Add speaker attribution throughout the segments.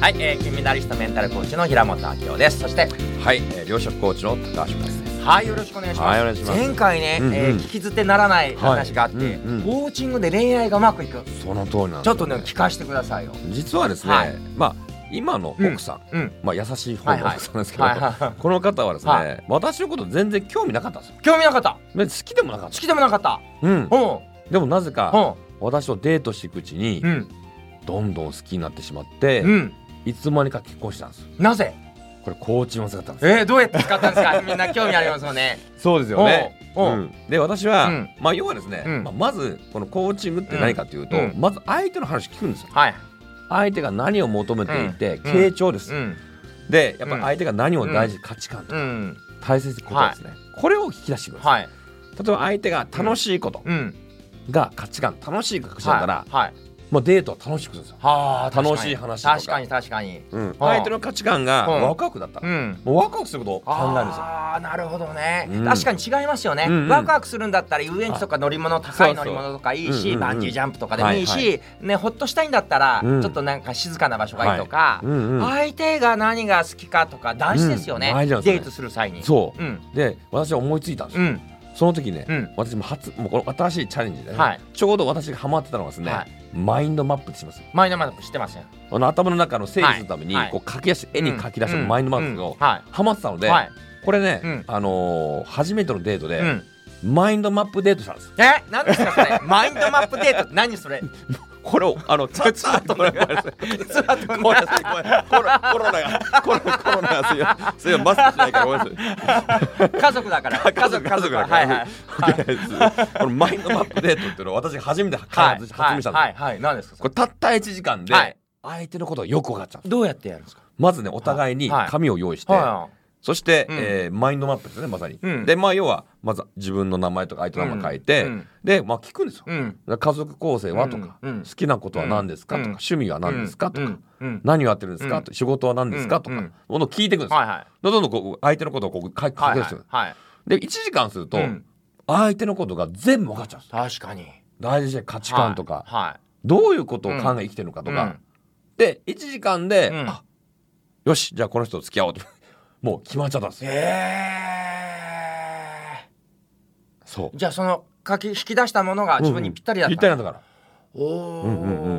Speaker 1: はい、えー、金メダリストメンタルコーチの平本明夫です。そして、
Speaker 2: はい、えー、両職コーチの高橋です。
Speaker 1: はい、よろしくお願いします。
Speaker 2: はいお願いします
Speaker 1: 前回ね、
Speaker 2: うんうん
Speaker 1: えー聞き捨てならない話があって、
Speaker 2: はいうんうん
Speaker 1: コーチングで恋愛がうまくいく。
Speaker 2: その通りなんです
Speaker 1: ちょっとね、聞かせてくださいよ。
Speaker 2: 実はですね、
Speaker 1: はい
Speaker 2: まあ今の奥さん、
Speaker 1: うん。
Speaker 2: まあ優しい方の奥さんですけど、
Speaker 1: はいはい。
Speaker 2: この方はですね、
Speaker 1: は
Speaker 2: 私のこと全然興味なかったんですよ。
Speaker 1: 興味なかった。
Speaker 2: で好きでもなかっ
Speaker 1: 好きでもなかった。
Speaker 2: た。うん。
Speaker 1: うん。
Speaker 2: でもなぜ
Speaker 1: う
Speaker 2: か
Speaker 1: ん。
Speaker 2: 私とデートしていくうちに、
Speaker 1: うん。
Speaker 2: どんどん好きになってしまって、
Speaker 1: うん。
Speaker 2: いつの間にか結婚したんですよ。
Speaker 1: なぜ
Speaker 2: これコーチの姿なんですよ。
Speaker 1: えー、どうやって使ったんです かみんな興味ありますよね。
Speaker 2: そうですよね。
Speaker 1: うんう
Speaker 2: うんん、で私は、
Speaker 1: うん
Speaker 2: まあ要はですね、
Speaker 1: うん
Speaker 2: まあ、まずこのコーチングって何かというと、
Speaker 1: うん
Speaker 2: まず相手の話聞くんですよ
Speaker 1: はい。
Speaker 2: 相手が何を求めていて、
Speaker 1: ん
Speaker 2: 傾聴です、
Speaker 1: うん。
Speaker 2: でやっぱり相手が何を大事、価値観と
Speaker 1: う
Speaker 2: か
Speaker 1: ん。
Speaker 2: 大切なことですね、これを聞き出してください、
Speaker 1: はい。
Speaker 2: 例えば相手が楽しいこと
Speaker 1: うん。
Speaker 2: が価値観楽しい価値観なら、
Speaker 1: はい。はい。
Speaker 2: もうデートは楽しくするんですよ、
Speaker 1: はあ、確かに
Speaker 2: 楽しい話とか
Speaker 1: 確かに、確かに。
Speaker 2: うん相手の価値観が
Speaker 1: うん
Speaker 2: ワクワクだったら、
Speaker 1: うん。
Speaker 2: もうワクワクすることを考えるんですよ
Speaker 1: ああなるほどね、
Speaker 2: うん
Speaker 1: 確かに違いますよね、
Speaker 2: うんうん
Speaker 1: ワクワクするんだったら遊園地とか乗り物高い乗り物とかいい
Speaker 2: そうそう
Speaker 1: し
Speaker 2: うんうんうん
Speaker 1: バンジージャンプとかでもいいし、
Speaker 2: はい
Speaker 1: ね、ほっとしたいんだったら、
Speaker 2: うん
Speaker 1: ちょっとなんか静かな場所がいいとか、
Speaker 2: うんうん
Speaker 1: 相手が何が好きかとか大事ですよね,、
Speaker 2: うん大事なんですよ
Speaker 1: デ
Speaker 2: ね
Speaker 1: ートする際に、
Speaker 2: そう
Speaker 1: ん
Speaker 2: うで私は思いついたんです
Speaker 1: う
Speaker 2: よ、
Speaker 1: ん
Speaker 2: その時ね、
Speaker 1: うん
Speaker 2: 私も初もうこの新しいチャレンジでね、
Speaker 1: はい
Speaker 2: ちょうど私がハマってたのがですね、
Speaker 1: はい
Speaker 2: マインドマップってします
Speaker 1: マイナマップ知ってますよ
Speaker 2: あの頭の中の整理するために、
Speaker 1: はいはい
Speaker 2: こう書き出し絵に書き出したマインドマップ
Speaker 1: うんう
Speaker 2: を
Speaker 1: んは
Speaker 2: ハマってたの
Speaker 1: い
Speaker 2: で、
Speaker 1: はい、
Speaker 2: これね、
Speaker 1: うん
Speaker 2: あのー初めてのデート
Speaker 1: う
Speaker 2: で、
Speaker 1: ん
Speaker 2: マインドマップデートしたんです
Speaker 1: え何ですかそ れマインドマップデートって何それ
Speaker 2: これをあの ちょっと待ってごめんなさい
Speaker 1: ツアーと
Speaker 2: ごめんなさいごめんなさいコロコロナがコロコロナがすいませんすいませんマスクしないからごめんなさい
Speaker 1: 家族だから
Speaker 2: 家族家族だか
Speaker 1: はい
Speaker 2: ら
Speaker 1: はい
Speaker 2: はいですこのマインドマップデートっていうのを私が初めて開発し
Speaker 1: は
Speaker 2: 発
Speaker 1: い
Speaker 2: 明したんです
Speaker 1: はいはい何ですかそ
Speaker 2: こ
Speaker 1: れ
Speaker 2: れたった1時間で
Speaker 1: はい
Speaker 2: 相手のことがよく分かっちゃうんです
Speaker 1: どうやってやるんですか
Speaker 2: まずねお互いに
Speaker 1: はい
Speaker 2: 紙を用意して
Speaker 1: はい
Speaker 2: そして、
Speaker 1: うん
Speaker 2: えーマインドマップですねまさに。
Speaker 1: うん
Speaker 2: でまあ要はまず自分の名前とか相手の名前書いて、
Speaker 1: うんうん
Speaker 2: で、まあ、聞くんですよ。
Speaker 1: うん
Speaker 2: 家族構成はとか、
Speaker 1: うんうん
Speaker 2: 好きなことは何ですかと
Speaker 1: うん
Speaker 2: か、趣味は何ですかとか、
Speaker 1: うんうん
Speaker 2: 何をやってるんですか、
Speaker 1: うん
Speaker 2: と仕事は何ですか、と
Speaker 1: うんう
Speaker 2: か
Speaker 1: ん
Speaker 2: どんどん聞いていくんですよ。
Speaker 1: はいはい
Speaker 2: どんどんこう相手のことをこう書き書
Speaker 1: はい
Speaker 2: き出
Speaker 1: は
Speaker 2: して
Speaker 1: い
Speaker 2: る。
Speaker 1: はい
Speaker 2: で1時間すると、
Speaker 1: うん
Speaker 2: 相手のことが全部分かっちゃうんですよ。
Speaker 1: 確かに
Speaker 2: 大事な価値観とか、
Speaker 1: は
Speaker 2: どういうことを考え生きてるのか
Speaker 1: い
Speaker 2: とか。で1時間で、
Speaker 1: うん
Speaker 2: あよしじゃあこの人と付き合おうともう決まっちゃったんです
Speaker 1: うん
Speaker 2: よ。
Speaker 1: へ
Speaker 2: そう
Speaker 1: ーじゃあその書き引き出したものが自分にぴったりだった
Speaker 2: ぴったりなんだから
Speaker 1: おおー
Speaker 2: うんうんうん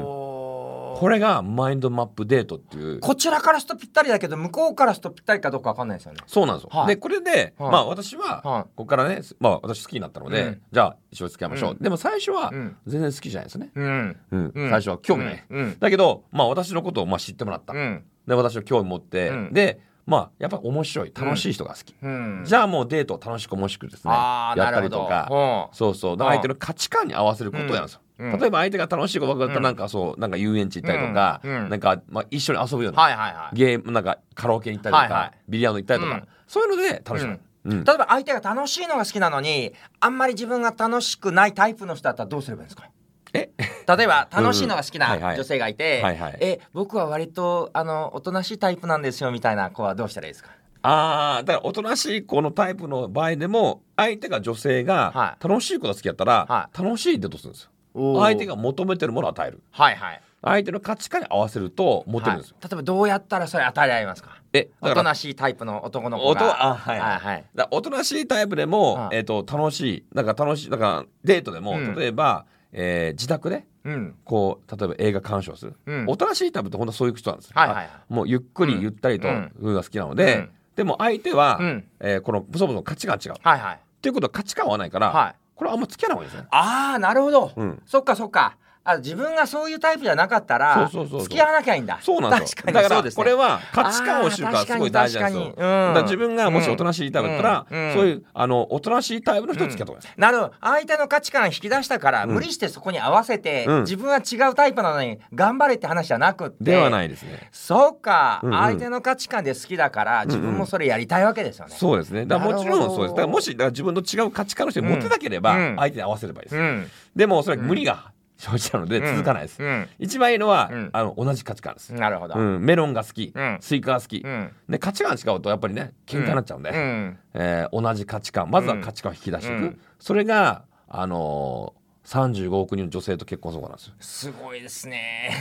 Speaker 2: これがマインドマップデートっていう
Speaker 1: こちらからするとぴったりだけど向こうからするとぴったりかどうかわかんないですよね
Speaker 2: そうなんですよ、
Speaker 1: はい
Speaker 2: でこれで、
Speaker 1: はい
Speaker 2: まあ私は、
Speaker 1: は
Speaker 2: ここからね、まあ、私好きになったので、
Speaker 1: うん
Speaker 2: じゃあ一緒に付き合いましょう、
Speaker 1: うん
Speaker 2: でも最初は
Speaker 1: うん
Speaker 2: 全然好きじゃないですね、
Speaker 1: うん
Speaker 2: うん
Speaker 1: うん
Speaker 2: 最初は興味ない、
Speaker 1: うん
Speaker 2: だけど、まあ、私のことをまあ知ってもらった、
Speaker 1: うん
Speaker 2: で私を興味持って、
Speaker 1: うん
Speaker 2: でまあやっぱ面白い楽しい人が好き、
Speaker 1: うん
Speaker 2: じゃあもうデートを楽しく面白くですね
Speaker 1: あー
Speaker 2: やっ
Speaker 1: な
Speaker 2: た
Speaker 1: る
Speaker 2: り
Speaker 1: ほ
Speaker 2: と
Speaker 1: ど
Speaker 2: かそうそうだから相手の価値観に合わせることをやるんですよ、
Speaker 1: うんうん
Speaker 2: 例えば相手が楽しいことだったらなんかそうなんか遊園地行ったりとか、
Speaker 1: うんうん
Speaker 2: なんかまあ一緒に遊ぶよう
Speaker 1: うん
Speaker 2: な
Speaker 1: はいはいはい
Speaker 2: ゲームなんかカラオケに行ったりとか、
Speaker 1: はいはい
Speaker 2: ビリヤード行ったりとか、
Speaker 1: うん
Speaker 2: そういうので楽しむ、うん
Speaker 1: 例えば相手が楽しいのが好きなのにあんまり自分が楽しくないタイプの人だったらどうすればいいんですか
Speaker 2: え
Speaker 1: 例えば楽しいのが好き
Speaker 2: うんはいは
Speaker 1: ない女性がいて
Speaker 2: はいはい
Speaker 1: え僕は割とあのおとなしいタイプなんですよみたいな子はどうしたらいいですか
Speaker 2: ああだからおとなしい子のタイプの場合でも相手が女性
Speaker 1: は
Speaker 2: が楽しい子が好きやったら、
Speaker 1: は
Speaker 2: 楽しいデートするんですよ相
Speaker 1: 相
Speaker 2: 手
Speaker 1: が
Speaker 2: が求めてるものを与える
Speaker 1: はいはい
Speaker 2: 相手の価値観に合わせるとモテるんですよ、
Speaker 1: はい例えばどうやったらそれ与えられますか
Speaker 2: えだ
Speaker 1: お
Speaker 2: か
Speaker 1: と
Speaker 2: ら
Speaker 1: なしいタイプの男の子
Speaker 2: おと
Speaker 1: が
Speaker 2: あはい、
Speaker 1: はい
Speaker 2: はい
Speaker 1: はい
Speaker 2: だおとなしいタイプでも、
Speaker 1: はい
Speaker 2: えっ、と楽しいなんか楽しいなんかデートでも、
Speaker 1: うん
Speaker 2: 例えば、えー自宅で
Speaker 1: うん
Speaker 2: こう例えば映画鑑賞する、
Speaker 1: うん
Speaker 2: おとなしいタイプって本当そういう人なんですよ、
Speaker 1: はいはいはい
Speaker 2: あもうゆっくりゆったりと
Speaker 1: う
Speaker 2: い
Speaker 1: ん
Speaker 2: うのが好きなので、
Speaker 1: うん
Speaker 2: でも相手は、
Speaker 1: うん
Speaker 2: えーこのそもそも価値が違う
Speaker 1: はいはい
Speaker 2: っていうことは価値観は合わないから、
Speaker 1: はい
Speaker 2: これはあんま付き合わない方がいいですね
Speaker 1: ああなるほど、
Speaker 2: うん
Speaker 1: そっかそっかあ自分がそういうタイプじゃなかったら
Speaker 2: そうそうそうそう
Speaker 1: 付き合わなきゃいいんだ
Speaker 2: そうなんですよ
Speaker 1: 確か
Speaker 2: だ
Speaker 1: に
Speaker 2: か
Speaker 1: そ
Speaker 2: ら
Speaker 1: うです
Speaker 2: こ
Speaker 1: ね
Speaker 2: れは価値観を知るからすごい大事なんですよ
Speaker 1: あー確かに確かにうん
Speaker 2: だから自分がもしおとなしいタイプだったら、
Speaker 1: うんうん
Speaker 2: そういうあのおとなしいタイプの人と付き合った方がいいです、
Speaker 1: なるほど相手の価値観引き出したから、無理してそこに合わせて、
Speaker 2: うん
Speaker 1: 自分は違うタイプなのに頑張れって話じゃなくって
Speaker 2: ではないいですね
Speaker 1: そうか、
Speaker 2: うんうん
Speaker 1: 相手の価値観で好きだから自分もそれやりたいわけですよね、
Speaker 2: そうですねだからもち
Speaker 1: なる
Speaker 2: ろ
Speaker 1: ほ
Speaker 2: ん
Speaker 1: ど
Speaker 2: そうですだからもしだから自分の違う価値観の人にモテなければ、
Speaker 1: うん
Speaker 2: 相手に合わせればいいです、
Speaker 1: ん
Speaker 2: でもそれは無理が生じたので
Speaker 1: うん
Speaker 2: 続かないです、
Speaker 1: うん
Speaker 2: 一番いいのは、
Speaker 1: うん
Speaker 2: あの同じ価値観です、
Speaker 1: なるほど、
Speaker 2: うん、メロンが好き、
Speaker 1: うん
Speaker 2: スイカが好き、
Speaker 1: うん
Speaker 2: で価値観が違うとやっぱりね喧嘩になっちゃうんで、
Speaker 1: うん
Speaker 2: えー同じ価値観まずは価値観を引き出していく、
Speaker 1: うん
Speaker 2: それがあのー35億人の女性と結婚相場なんですよ。
Speaker 1: すごいですね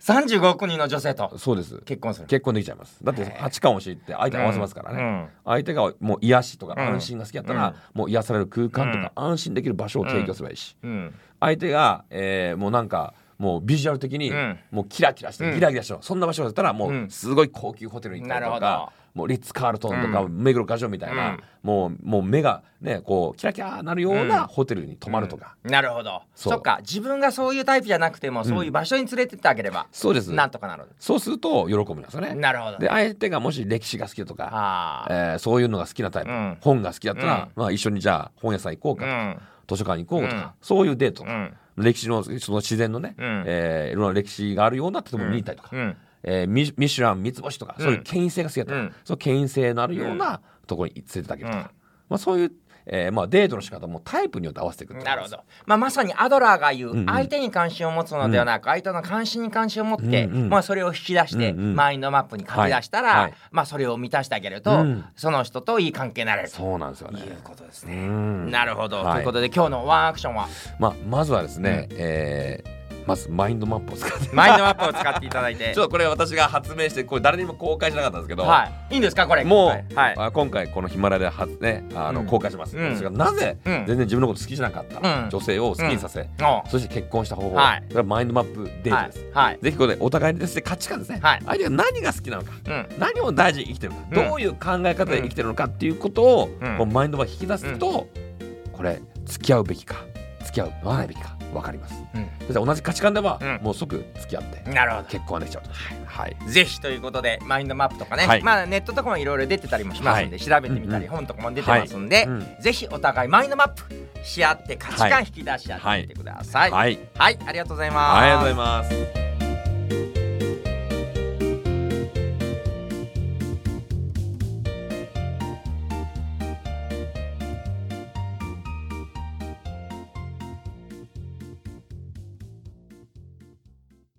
Speaker 1: 35億人の女性と
Speaker 2: そうです
Speaker 1: 結婚する
Speaker 2: 結婚できちゃいますだって
Speaker 1: へえ
Speaker 2: 価値観を知って相手に合わせますからね、相手がもう癒しとか
Speaker 1: うん
Speaker 2: 安心が好きやったら、もう癒される空間とか安心できる場所を提供すればいいし、
Speaker 1: うん、うん
Speaker 2: 相手が、えーもうなんかもうビジュアル的に、
Speaker 1: うん
Speaker 2: もうキラキラし
Speaker 1: う
Speaker 2: て
Speaker 1: ん
Speaker 2: ギラギラしてる、そんな場所だったらも
Speaker 1: う
Speaker 2: うんすごい高級ホテルに行ったりと
Speaker 1: なるほ
Speaker 2: か、もうリッツ・カールトンとか、
Speaker 1: う
Speaker 2: 目黒歌城みたいな、
Speaker 1: うん
Speaker 2: もうもう目がねこうキラキラなるよう
Speaker 1: うん
Speaker 2: なホテルに泊まるとか、
Speaker 1: なるほど
Speaker 2: そ
Speaker 1: そうっか自分がそういうタイプじゃなくてもそういう場所に連れてってあげれば、
Speaker 2: そうです
Speaker 1: なんとかなる
Speaker 2: そうすると喜ぶんですよね。
Speaker 1: なるほど
Speaker 2: で相手がもし歴史が好きとか、
Speaker 1: あ
Speaker 2: え
Speaker 1: あ
Speaker 2: ーそういうのが好きなタイプ、
Speaker 1: うん
Speaker 2: 本が好きだったら、まあ、一緒にじゃあ本屋さん行こう
Speaker 1: う
Speaker 2: かとか、
Speaker 1: ん
Speaker 2: 図書館行こうとか、
Speaker 1: うん
Speaker 2: そういうデートと
Speaker 1: う
Speaker 2: か、
Speaker 1: ん
Speaker 2: 歴史のその自然のね、
Speaker 1: うん
Speaker 2: えーいろんな歴史があるような建物に行ったりとか、
Speaker 1: うん
Speaker 2: えーミミシュラン三つ星とか、
Speaker 1: うん
Speaker 2: そういう権威性が好きだったら、
Speaker 1: うん
Speaker 2: その権威性のあるようなところに連れてってあげるとか、
Speaker 1: うん
Speaker 2: まあ、そういう、えーまあ、デートの仕方もタイプによって合わせていくってこと
Speaker 1: なる
Speaker 2: で
Speaker 1: ほ
Speaker 2: す
Speaker 1: ど、まあ、まさにアドラーが言
Speaker 2: うんうん
Speaker 1: う相手に関心を持つのではなく相手の関心に関心を持って
Speaker 2: うんうん
Speaker 1: まあそれを引き出して
Speaker 2: うんうん
Speaker 1: マインドマップに書き出した
Speaker 2: はいは
Speaker 1: ら
Speaker 2: い
Speaker 1: まあそれを満たしてあげる
Speaker 2: う
Speaker 1: と
Speaker 2: ん
Speaker 1: その人といい関係になれると
Speaker 2: そうなんですよ
Speaker 1: い
Speaker 2: ね
Speaker 1: う。ことです
Speaker 2: う
Speaker 1: ね。
Speaker 2: ん
Speaker 1: なるほど、
Speaker 2: はい
Speaker 1: ということで今日のワンアクションは
Speaker 2: まあ、まずはですね、えーまずマインドマップを使って
Speaker 1: マインドマップを使っていただいて
Speaker 2: ちょっとこれ私が発明してこれ誰にも公開しなかったんですけど、
Speaker 1: はいいいんですかこれ
Speaker 2: もう、
Speaker 1: はい、
Speaker 2: あ今回このヒマラヤではねあの、
Speaker 1: うん
Speaker 2: 公開します、
Speaker 1: うん
Speaker 2: それがなぜ、
Speaker 1: うん
Speaker 2: 全然自分のこと好きじゃなかった、
Speaker 1: うん
Speaker 2: 女性を好きにさせ、
Speaker 1: お
Speaker 2: そして結婚した方法、
Speaker 1: はい
Speaker 2: それはマインドマップデートです、
Speaker 1: はい、はい
Speaker 2: ぜひここでお互いにですね価値観ですね、
Speaker 1: はい
Speaker 2: 相手が何が好きなのか
Speaker 1: うん
Speaker 2: 何を大事に生きてるのか、
Speaker 1: うん
Speaker 2: どういう考え方で生きてるのかっていうことを、
Speaker 1: うん
Speaker 2: こうマインドマップ引き出すと、これ付き合うべきか付き合わないべきか分かりますそして同じ価値観では、
Speaker 1: うん
Speaker 2: もう即付き合って
Speaker 1: うん、なるほど
Speaker 2: 結婚ができちゃうと、はい
Speaker 1: ぜひということでマインドマップとかね、
Speaker 2: はい
Speaker 1: まあネットとかもいろいろ出てたりもしますんで、調べてみた
Speaker 2: うんう
Speaker 1: り、
Speaker 2: ん
Speaker 1: 本とかも出てますんで、
Speaker 2: いうん
Speaker 1: ぜひお互いマインドマップし合って価値観引き出し合ってみてください。はい、
Speaker 2: はい、
Speaker 1: ありがとうございます。
Speaker 2: ありがとうございます